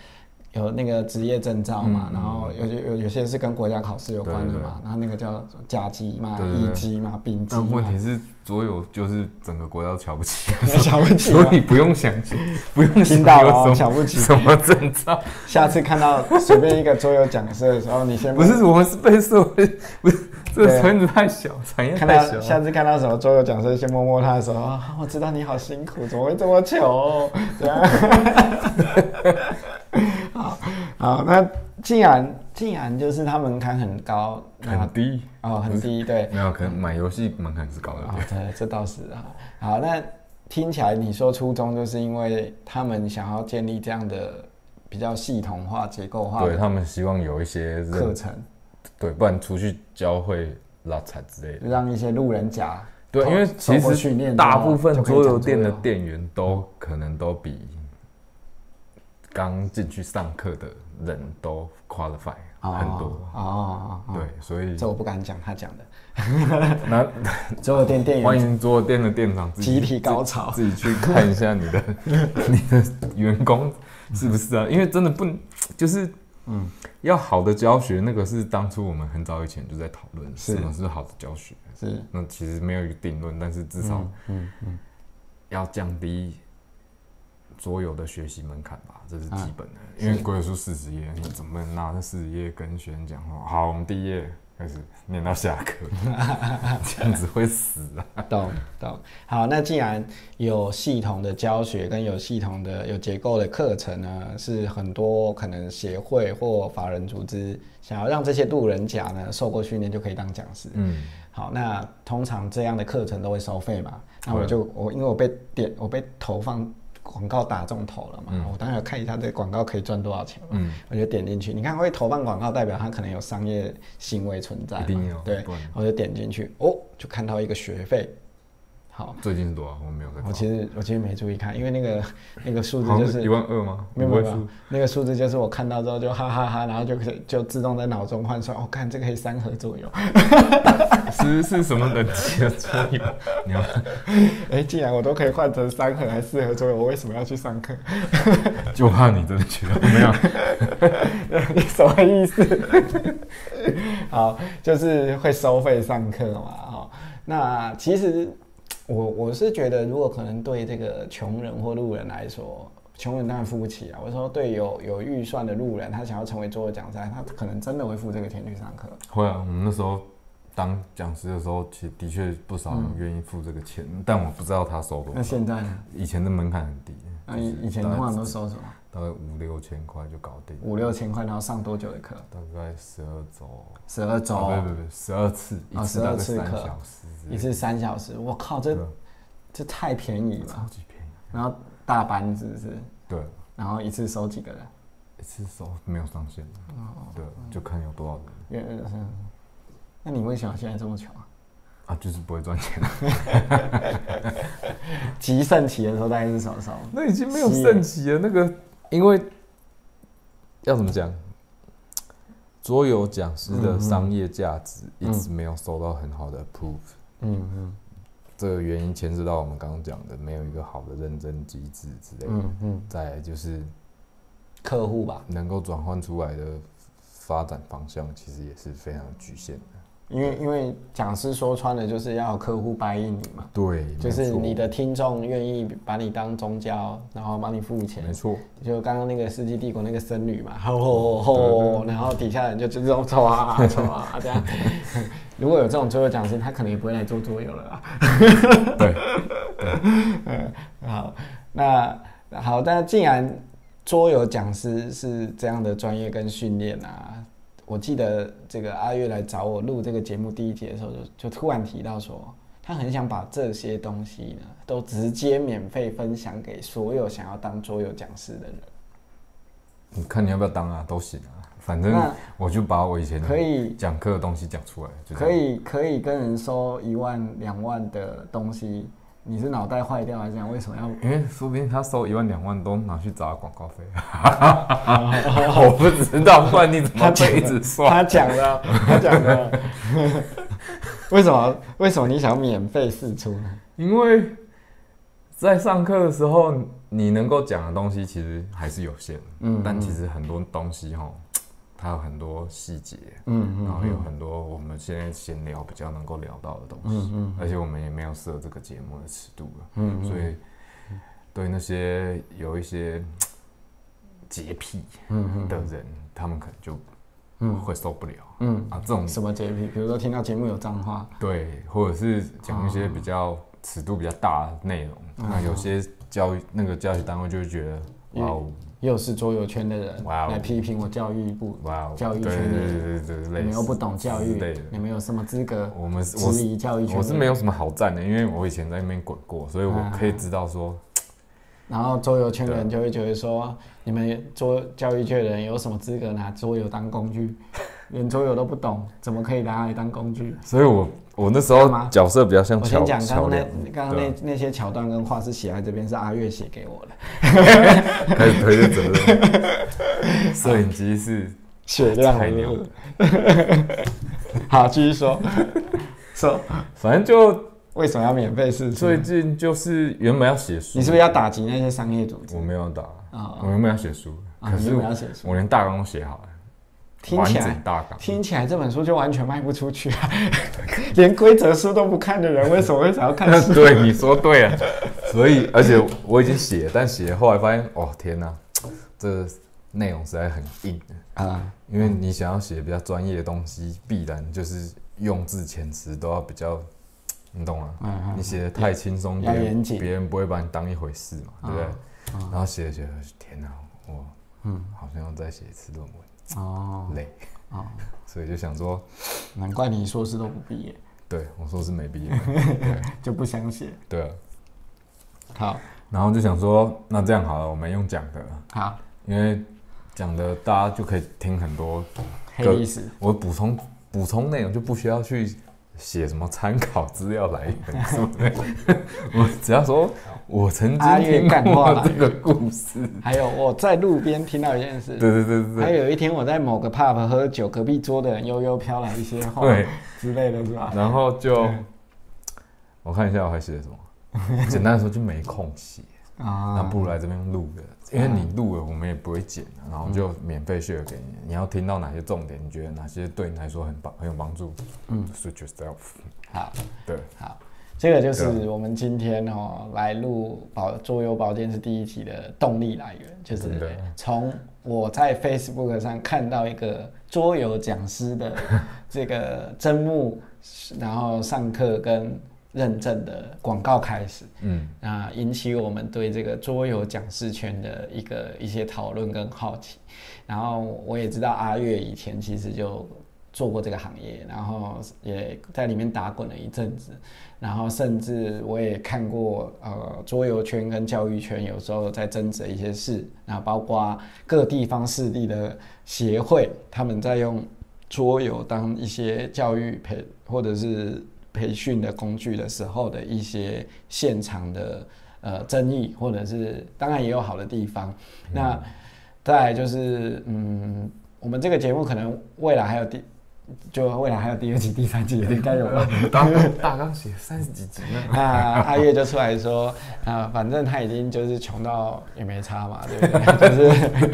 [SPEAKER 1] 有那个职业证照嘛，
[SPEAKER 2] 嗯
[SPEAKER 1] 然后有些有有些是跟国家考试有关的
[SPEAKER 2] 对对
[SPEAKER 1] 嘛，然后那个叫甲级嘛、
[SPEAKER 2] 对对
[SPEAKER 1] 乙
[SPEAKER 2] 对
[SPEAKER 1] 级嘛、丙级
[SPEAKER 2] 但问
[SPEAKER 1] 嘛，
[SPEAKER 2] 题是，所有就是整个国家都瞧不起，啊
[SPEAKER 1] 小问题嘛
[SPEAKER 2] 所以不用想， 不用想
[SPEAKER 1] 听到了
[SPEAKER 2] 有
[SPEAKER 1] 哦，
[SPEAKER 2] 什么
[SPEAKER 1] 瞧不起。
[SPEAKER 2] 什么证照，
[SPEAKER 1] 下次看到随便一个桌游讲师的时候，你先
[SPEAKER 2] 不是我们是被社会， 不是这
[SPEAKER 1] 对
[SPEAKER 2] 个圈子太小，产业
[SPEAKER 1] 看
[SPEAKER 2] 太
[SPEAKER 1] 到
[SPEAKER 2] 小，
[SPEAKER 1] 下次看到什么桌游讲师，先摸摸他的手 啊！我知道你好辛苦，怎么会这么 穷？这样。 好，好，那既然既然就是它门槛很高，那
[SPEAKER 2] 很低，
[SPEAKER 1] 哦很低，对，
[SPEAKER 2] 没有可能买游戏门槛是高的
[SPEAKER 1] 啊、，对，这倒是啊。好，那听起来你说初衷就是因为他们想要建立这样的比较系统化、结构化
[SPEAKER 2] 对
[SPEAKER 1] 的
[SPEAKER 2] 他们希望有一些认
[SPEAKER 1] 课程，
[SPEAKER 2] 对，不然出去教会拉踩之类的。
[SPEAKER 1] 让一些路人甲
[SPEAKER 2] 对，
[SPEAKER 1] 透
[SPEAKER 2] 因为其
[SPEAKER 1] 透过训
[SPEAKER 2] 实
[SPEAKER 1] 练
[SPEAKER 2] 大
[SPEAKER 1] 之后
[SPEAKER 2] 部分
[SPEAKER 1] 就可以
[SPEAKER 2] 桌
[SPEAKER 1] 讲
[SPEAKER 2] 游店的
[SPEAKER 1] 桌游
[SPEAKER 2] 店员都可能都比刚进去上课的人都 qualify
[SPEAKER 1] 哦
[SPEAKER 2] 很多。
[SPEAKER 1] 哦哦，哦
[SPEAKER 2] 对，所以
[SPEAKER 1] 这我不敢讲他讲的。
[SPEAKER 2] 那
[SPEAKER 1] 桌游店店员
[SPEAKER 2] 欢迎桌游店的店长自己
[SPEAKER 1] 集体高潮。
[SPEAKER 2] 自己去看一下 你的你的员工是不是啊？因为真的不就是
[SPEAKER 1] 嗯
[SPEAKER 2] 嗯，要好的教学，那个是当初我们很早以前就在讨论
[SPEAKER 1] 是
[SPEAKER 2] 什么是好的教学。
[SPEAKER 1] 是，
[SPEAKER 2] 那其实没有一个定论，但是至少
[SPEAKER 1] 嗯嗯嗯，
[SPEAKER 2] 要降低桌游的学习门槛吧，这是基本的。
[SPEAKER 1] 啊是
[SPEAKER 2] 因为国语书四十页，你怎么拿这四十页跟学生讲话？好，我们第一页开始念到下 课，这样子会死啊！
[SPEAKER 1] 懂懂。好，那既然有系统的教学跟有系统的有结构的课程呢，是很多可能协会或法人组织想要让这些路人甲呢受过训练就可以当讲师。
[SPEAKER 2] 嗯，
[SPEAKER 1] 好，那通常这样的课程都会收费嘛？那我
[SPEAKER 2] 会
[SPEAKER 1] 就我因为我被点我被投放广告打中头了嘛，
[SPEAKER 2] 嗯
[SPEAKER 1] 我当然要看一下这个广告可以赚多少钱嘛。
[SPEAKER 2] 嗯，
[SPEAKER 1] 我就点进去，你看会投放广告，代表它可能有商业行为存在嘛，
[SPEAKER 2] 一定有
[SPEAKER 1] 对
[SPEAKER 2] 不然，
[SPEAKER 1] 我就点进去，哦，就看到一个学费，好，
[SPEAKER 2] 最近是多少？啊我没有在
[SPEAKER 1] 我
[SPEAKER 2] 看，
[SPEAKER 1] 其实我其实没注意看，因为那个 那个数字
[SPEAKER 2] 好
[SPEAKER 1] 就
[SPEAKER 2] 像是一
[SPEAKER 1] 是。
[SPEAKER 2] 万二吗？
[SPEAKER 1] 没有
[SPEAKER 2] 五
[SPEAKER 1] 没有
[SPEAKER 2] 位
[SPEAKER 1] 没有
[SPEAKER 2] 数，，
[SPEAKER 1] 那个数字就是我看到之后就哈哈哈然后就就自动在脑中换算，哦，看这个可以三盒左右。
[SPEAKER 2] 是是什么等级的桌游？你要
[SPEAKER 1] 哎，既然我都可以换成三盒还是四盒左右，我为什么要去上课？
[SPEAKER 2] 就怕你真的学到没有？
[SPEAKER 1] 你什么意思？ 好，就是会收费上课嘛，哈、那其实我我是觉得，如果可能对这个穷人或路人来说，穷人当然付不起啊。我说对有有预算的路人，他想要成为桌游讲师，他可能真的会付这个钱去上课。
[SPEAKER 2] 会啊，我们那时候当讲师的时候，其实的确不少人愿意付这个钱，但我不知道他收多
[SPEAKER 1] 那
[SPEAKER 2] 少。
[SPEAKER 1] 现在呢？
[SPEAKER 2] 以前的门槛很低，
[SPEAKER 1] 那
[SPEAKER 2] 就是
[SPEAKER 1] 以以前
[SPEAKER 2] 大
[SPEAKER 1] 通
[SPEAKER 2] 概
[SPEAKER 1] 常都收什么？
[SPEAKER 2] 大概五六千块就搞定，
[SPEAKER 1] 五六千块，然后上多久的课？
[SPEAKER 2] 大概十二周，
[SPEAKER 1] 十二周，
[SPEAKER 2] 啊不不不，哦十二次，一
[SPEAKER 1] 啊
[SPEAKER 2] 次大
[SPEAKER 1] 12
[SPEAKER 2] 概
[SPEAKER 1] 次
[SPEAKER 2] 三
[SPEAKER 1] 课
[SPEAKER 2] 小时之类的，
[SPEAKER 1] 一次三小时。我靠，这
[SPEAKER 2] 对啊
[SPEAKER 1] 这太便宜
[SPEAKER 2] 超
[SPEAKER 1] 了。
[SPEAKER 2] 级便宜。
[SPEAKER 1] 然后大班是不是？
[SPEAKER 2] 对，
[SPEAKER 1] 然后一次收几个人？
[SPEAKER 2] 一次收没有上限的，
[SPEAKER 1] 哦
[SPEAKER 2] 对，就看有多少人
[SPEAKER 1] 原来是嗯那你为什么现在这么穷啊？
[SPEAKER 2] 啊，就是不会 赚钱。
[SPEAKER 1] 极盛期的时候大概是什么时候？
[SPEAKER 2] 那已经没有盛极了。那个，因为要怎么讲，桌游讲师
[SPEAKER 1] 嗯
[SPEAKER 2] 的商业价值一直没有受到很好的 proof，、
[SPEAKER 1] 嗯嗯
[SPEAKER 2] 这个原因牵涉到我们刚刚讲的没有一个好的认证机制之类的。
[SPEAKER 1] 嗯嗯，
[SPEAKER 2] 再来就是
[SPEAKER 1] 客户吧，
[SPEAKER 2] 能够转换出来的发展方向，其实也是非常局限的。
[SPEAKER 1] 因为因为讲师说穿了就是要有客户答应你嘛，
[SPEAKER 2] 对，
[SPEAKER 1] 就是你的听众愿意把你当宗教，然后帮你付
[SPEAKER 2] 没
[SPEAKER 1] 钱。
[SPEAKER 2] 错，
[SPEAKER 1] 就刚刚那个《世纪帝国》那个僧侣嘛，吼吼吼，然后底下人就就这种抽啊抽啊这样。如果有这种桌游讲师，他可能也不会来做桌游了啊啦。
[SPEAKER 2] 对，
[SPEAKER 1] 好，那好，但既然桌游讲师是这样的专业跟训练啊，我记得这个阿月来找我录这个节目第一节的时候就，就突然提到说，他很想把这些东西呢，都直接免费分享给所有想要当桌游讲师的人。
[SPEAKER 2] 你看你要不要当啊，都行啊，反正
[SPEAKER 1] 那
[SPEAKER 2] 我就把我以前
[SPEAKER 1] 可以
[SPEAKER 2] 讲课的东西讲出来，就这
[SPEAKER 1] 可
[SPEAKER 2] 样。
[SPEAKER 1] 以可以跟人收一万两万的东西，你是脑袋坏掉还是怎样？为什么要？
[SPEAKER 2] 因为说不定他收一万两万都拿去砸广告费， 我不知道，不然你怎么会一直算？
[SPEAKER 1] 他讲了，他讲了。 为什么？为什么你想免费试出呢？
[SPEAKER 2] 因为在上课的时候，你能够讲的东西其实还是有限的，
[SPEAKER 1] 嗯
[SPEAKER 2] 但其实很多东西哈，它有很多细节，
[SPEAKER 1] 嗯
[SPEAKER 2] 然后有很多我们现在闲聊比较能够聊到
[SPEAKER 1] 嗯
[SPEAKER 2] 的东西，而且我们也没有设这个节目的尺度了，
[SPEAKER 1] 嗯
[SPEAKER 2] 所以对那些有一些洁癖
[SPEAKER 1] 嗯
[SPEAKER 2] 的人，他们可能就
[SPEAKER 1] 嗯
[SPEAKER 2] 会受不了、
[SPEAKER 1] 嗯
[SPEAKER 2] 啊，这种
[SPEAKER 1] 嗯，什么洁癖？比如说听到节目有脏话，
[SPEAKER 2] 对，或者是讲
[SPEAKER 1] 哦
[SPEAKER 2] 一些比较尺度比较大的内容，那有些教育那个教育单位就会觉得
[SPEAKER 1] 嗯
[SPEAKER 2] 哇哦
[SPEAKER 1] 又是桌游圈的人
[SPEAKER 2] 哇哦
[SPEAKER 1] 来批评我教育部，
[SPEAKER 2] 哇哦，
[SPEAKER 1] 教育
[SPEAKER 2] 对
[SPEAKER 1] 圈
[SPEAKER 2] 对
[SPEAKER 1] 的
[SPEAKER 2] 对
[SPEAKER 1] 人
[SPEAKER 2] 对对对，
[SPEAKER 1] 你
[SPEAKER 2] 类
[SPEAKER 1] 们又
[SPEAKER 2] 似
[SPEAKER 1] 不懂教
[SPEAKER 2] 之
[SPEAKER 1] 育
[SPEAKER 2] 类的，
[SPEAKER 1] 你们有什么资格
[SPEAKER 2] 我们是我
[SPEAKER 1] 质
[SPEAKER 2] 是
[SPEAKER 1] 疑教育圈？
[SPEAKER 2] 我是没有什么好站的，因为我以前在那边滚过，所以我可以知道说，
[SPEAKER 1] 啊然后桌游圈的
[SPEAKER 2] 啊
[SPEAKER 1] 人就会觉得说，你们桌教育圈的人有什么资格拿桌游当工 具？连桌游都不懂，怎么可以拿来当工具？
[SPEAKER 2] 所以我我那时
[SPEAKER 1] 干
[SPEAKER 2] 候
[SPEAKER 1] 嘛
[SPEAKER 2] 角色比较像
[SPEAKER 1] 我先
[SPEAKER 2] 乔
[SPEAKER 1] 讲刚
[SPEAKER 2] 乔
[SPEAKER 1] 刚那
[SPEAKER 2] 梁，啊
[SPEAKER 1] 刚刚那那些桥段跟话是写在这边，是阿月写给我的，
[SPEAKER 2] 开始推卸责 任，摄影机是
[SPEAKER 1] 血啊
[SPEAKER 2] 量太牛了。
[SPEAKER 1] 好，继续说， 说
[SPEAKER 2] 反正就
[SPEAKER 1] 为什么要免费试出？
[SPEAKER 2] 最近就是原本要写书，
[SPEAKER 1] 你是不是要打击那些商业组织
[SPEAKER 2] 我没有打，
[SPEAKER 1] 啊
[SPEAKER 2] 我原本要写书，
[SPEAKER 1] 啊？
[SPEAKER 2] 可
[SPEAKER 1] 你
[SPEAKER 2] 是
[SPEAKER 1] 有没有要写书？
[SPEAKER 2] 我连大纲都写好了，
[SPEAKER 1] 听
[SPEAKER 2] 完
[SPEAKER 1] 起
[SPEAKER 2] 整
[SPEAKER 1] 来
[SPEAKER 2] 大纲。
[SPEAKER 1] 听起来这本书就完全卖不出去啊！ 连规则书都不看的人，为什么会想要看 书？
[SPEAKER 2] 对，你说对 了。所以，而且我已经写了，但写了后来发现，哦天哪，这内容实在很硬，
[SPEAKER 1] 啊，
[SPEAKER 2] 因为你想要写比较专业的东西，必然就是用字遣词都要比较，你懂吗？
[SPEAKER 1] 嗯
[SPEAKER 2] 你写的太轻松，别
[SPEAKER 1] 要
[SPEAKER 2] 人
[SPEAKER 1] 严谨
[SPEAKER 2] 别人不会把你当一回事嘛，对不对
[SPEAKER 1] 啊？
[SPEAKER 2] 然后写着写着，天哪，我
[SPEAKER 1] 嗯
[SPEAKER 2] 好像要再写一次论文，
[SPEAKER 1] 哦
[SPEAKER 2] 累，
[SPEAKER 1] 哦，
[SPEAKER 2] 所以就想说，
[SPEAKER 1] 难怪你硕士都不毕业，
[SPEAKER 2] 对我说是没必要，
[SPEAKER 1] 就不想写。
[SPEAKER 2] 对啊。
[SPEAKER 1] 好，
[SPEAKER 2] 然后就想说，那这样好了，我们用讲的，
[SPEAKER 1] 好，
[SPEAKER 2] 因为讲的大家就可以听很多。
[SPEAKER 1] 黑历史，
[SPEAKER 2] 我补充补充内容就不需要去写什么参考资料来源，是不是？我只要说我曾
[SPEAKER 1] 阿
[SPEAKER 2] 经
[SPEAKER 1] 月
[SPEAKER 2] 听
[SPEAKER 1] 干话
[SPEAKER 2] 过
[SPEAKER 1] 来
[SPEAKER 2] 这
[SPEAKER 1] 源
[SPEAKER 2] 个故事。
[SPEAKER 1] 还有我在路边听到一件事，
[SPEAKER 2] 对对对对
[SPEAKER 1] 还
[SPEAKER 2] 对。
[SPEAKER 1] 有一天我在某个 pub 喝酒，隔壁桌的人悠悠飘来一些话
[SPEAKER 2] 对，
[SPEAKER 1] 之类的，是吧？
[SPEAKER 2] 然后就我看一下我还写了什么，简单的说就没空写，那
[SPEAKER 1] 啊，
[SPEAKER 2] 不如来这边录个，因为你录了我们也不会剪啊，然后就免费 share 给你，你要听到哪些重点，你觉得哪些对你来说很帮很有帮助，嗯，suit yourself，
[SPEAKER 1] 好，
[SPEAKER 2] 对。
[SPEAKER 1] 好，这个就是
[SPEAKER 2] 对啊
[SPEAKER 1] 我们今天哦来录保桌游保健是第一集的动力来源，就是
[SPEAKER 2] 真的
[SPEAKER 1] 从我在 Facebook 上看到一个桌游讲师 的这个招募，然后上课跟认证的广告开始。
[SPEAKER 2] 嗯，
[SPEAKER 1] 那引起我们对这个桌游讲师圈的一个一些讨论跟好奇。然后我也知道阿月以前其实就做过这个行业，然后也在里面打滚了一阵子，然后甚至我也看过呃桌游圈跟教育圈有时候在争执的一些事，那包括各地方势力的协会，他们在用桌游当一些教育培或者是培训的工具的时候的一些现场的呃争议，或者是当然也有好的地方。那再来就是嗯，我们这个节目可能未来还有第。就未来还有第二集、第三集，应该有吧？
[SPEAKER 2] 大大纲写三十几集呢，
[SPEAKER 1] 那阿月就出来说，啊，反正他已经就是穷到也没差嘛，对不对？ 就是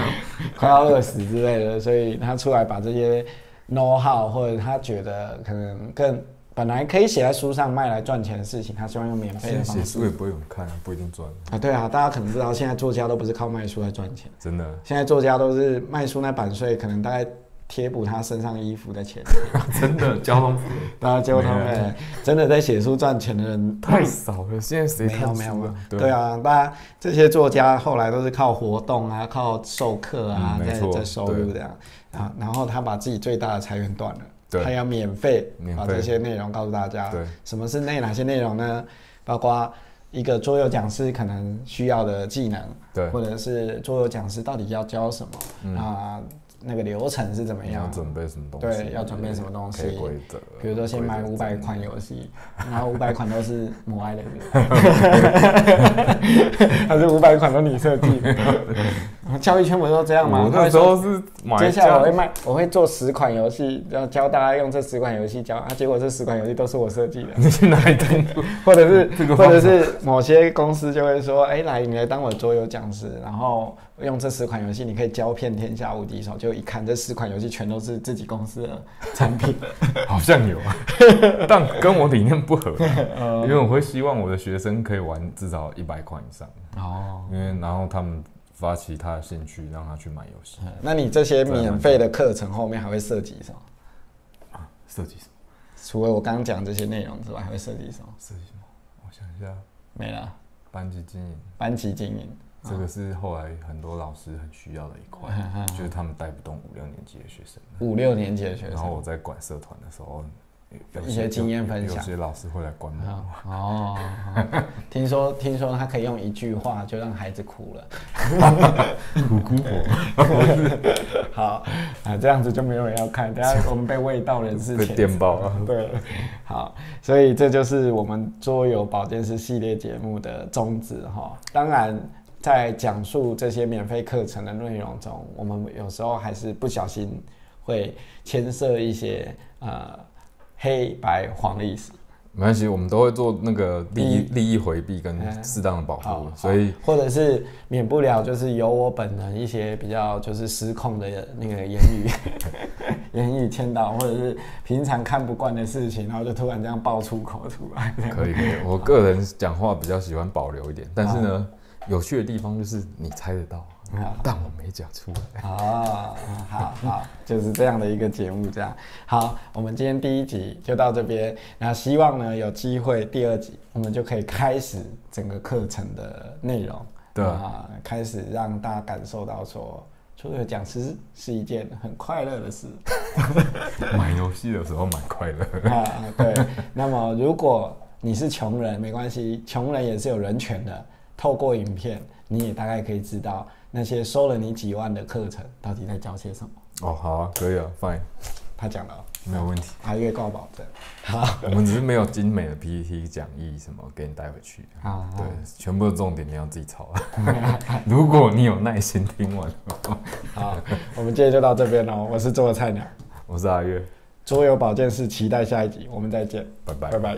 [SPEAKER 1] 快要饿死之类的，所以他出来把这些 know how 或者他觉得可能更本来可以写在书上卖来赚钱的事情，他希望用免费
[SPEAKER 2] 现
[SPEAKER 1] 的
[SPEAKER 2] 在
[SPEAKER 1] 方
[SPEAKER 2] 写
[SPEAKER 1] 式
[SPEAKER 2] 书也不会有人看啊，不一定赚，
[SPEAKER 1] 啊，对啊，大家可能知道现在作家都不是靠卖书来赚钱，
[SPEAKER 2] 真的，
[SPEAKER 1] 现在作家都是卖书那版税可能大概贴补他身上衣服的钱， 啊
[SPEAKER 2] 真的交通 费
[SPEAKER 1] 大家结果他
[SPEAKER 2] 没
[SPEAKER 1] 们真的在写书赚钱的人
[SPEAKER 2] 太少了，现在谁
[SPEAKER 1] 没
[SPEAKER 2] 看
[SPEAKER 1] 有
[SPEAKER 2] 书
[SPEAKER 1] 没有没有
[SPEAKER 2] 啊，
[SPEAKER 1] 对，啊，大家这些作家后来都是靠活动啊，靠授课啊，
[SPEAKER 2] 嗯没
[SPEAKER 1] 在
[SPEAKER 2] 错
[SPEAKER 1] 在收入这样啊，然后他把自己最大的财源断了，
[SPEAKER 2] 对
[SPEAKER 1] 他要免费
[SPEAKER 2] 免
[SPEAKER 1] 把
[SPEAKER 2] 费
[SPEAKER 1] 这些内容告诉大家。
[SPEAKER 2] 对，
[SPEAKER 1] 什么是内哪些内容呢？包括一个桌游讲师可能需要的技能，
[SPEAKER 2] 对，
[SPEAKER 1] 或者是桌游讲师到底要教什么
[SPEAKER 2] 嗯
[SPEAKER 1] 啊、那个流程是怎么
[SPEAKER 2] 你要
[SPEAKER 1] 样？
[SPEAKER 2] 准备什么东西？
[SPEAKER 1] 对要准备什么东西
[SPEAKER 2] K 规则，
[SPEAKER 1] 比如说先买五百款游戏，然后五百款都是母爱类 的，还是五百款都你设计 的？教育圈不是都这样吗？
[SPEAKER 2] 我
[SPEAKER 1] 他
[SPEAKER 2] 那
[SPEAKER 1] 会
[SPEAKER 2] 时
[SPEAKER 1] 说
[SPEAKER 2] 候是买
[SPEAKER 1] 接下来我
[SPEAKER 2] 家
[SPEAKER 1] 会卖，我会做十款游戏，然后教大家用这十款游戏教啊。结果这十款游戏都是我设计的，
[SPEAKER 2] 你去哪里听？
[SPEAKER 1] 或者是
[SPEAKER 2] 这个
[SPEAKER 1] 或
[SPEAKER 2] 方法
[SPEAKER 1] 者是某些公司就会说，哎、来你来当我桌游讲师，然后用这十款游戏你可以教遍天下无敌手。就一看这十款游戏全都是自己公司的产品，
[SPEAKER 2] 好像有， 但跟我理念不 合啊， 因为我会希望我的学生可以玩至少一百款以上，
[SPEAKER 1] 哦。
[SPEAKER 2] 因为然后他们发起他的兴趣，让他去买游戏，
[SPEAKER 1] 那你这些免费的课程后面还会涉及什么？
[SPEAKER 2] 啊设计什么？
[SPEAKER 1] 除了我刚刚讲这些内容之外，还会涉及什么？
[SPEAKER 2] 设计什么？我想一下，
[SPEAKER 1] 没了，
[SPEAKER 2] 班级经营
[SPEAKER 1] 班级经营。啊
[SPEAKER 2] 这个是后来很多老师很需要的一 块，就是他们带不动五六年级的学生。
[SPEAKER 1] 五六年级的学
[SPEAKER 2] 然后
[SPEAKER 1] 生，
[SPEAKER 2] 我在管社团的时候，有有
[SPEAKER 1] 一些经验分享
[SPEAKER 2] 有些老师会来管我。
[SPEAKER 1] 啊哦，哦 听说听说他可以用一句话就让孩子哭了。
[SPEAKER 2] 苦姑婆，
[SPEAKER 1] 好啊，这样子就没有人要看，等下我们被味道人士
[SPEAKER 2] 被
[SPEAKER 1] 谴责
[SPEAKER 2] 电爆了
[SPEAKER 1] 对，好，所以这就是我们桌游保健师系列节目的宗旨哈。当然，在讲述这些免费课程的内容中，我们有时候还是不小心会牵涉一些呃黑白黄历史，
[SPEAKER 2] 没关系，我们都会做那个利益哎
[SPEAKER 1] 利益
[SPEAKER 2] 利益回避跟
[SPEAKER 1] 嗯
[SPEAKER 2] 适当的保
[SPEAKER 1] 好
[SPEAKER 2] 护，所以
[SPEAKER 1] 或者是免不了就是有我本人一些比较就是失控的那个言语， 言语签到，或者是平常看不惯的事情，然后就突然这样爆出口出来。这样
[SPEAKER 2] 可以可以。我个人讲话比较喜欢保留一点，但是呢，有趣的地方就是你猜得到
[SPEAKER 1] 好，
[SPEAKER 2] 但我没讲出来。
[SPEAKER 1] 哦，好好，就是这样的一个节目，这样好。我们今天第一集就到这边，那希望呢有机会第二集我们就可以开始整个课程的内容，
[SPEAKER 2] 对
[SPEAKER 1] 啊、开始让大家感受到说，出游讲师是一件很快乐的事
[SPEAKER 2] 买游戏的时候蛮快乐，
[SPEAKER 1] 啊。对，那么如果你是穷人，没关系，穷人也是有人权的。透过影片，你也大概可以知道那些收了你几万的课程到底在教些什么。
[SPEAKER 2] 哦，好啊，可以啊，fine，
[SPEAKER 1] 他讲了哦。
[SPEAKER 2] 没有问题。
[SPEAKER 1] 他月告保证。
[SPEAKER 2] 我们只是没有精美的 PPT 讲义什么给你带回去。
[SPEAKER 1] 啊好
[SPEAKER 2] 对，全部的重点你要自己抄。 如果你有耐心听完的话，
[SPEAKER 1] 好， 我们今天就到这边喽。我是做的菜鸟，
[SPEAKER 2] 我是阿月，
[SPEAKER 1] 桌游保健室，期待下一集，我们再见，
[SPEAKER 2] 拜拜
[SPEAKER 1] 拜。拜。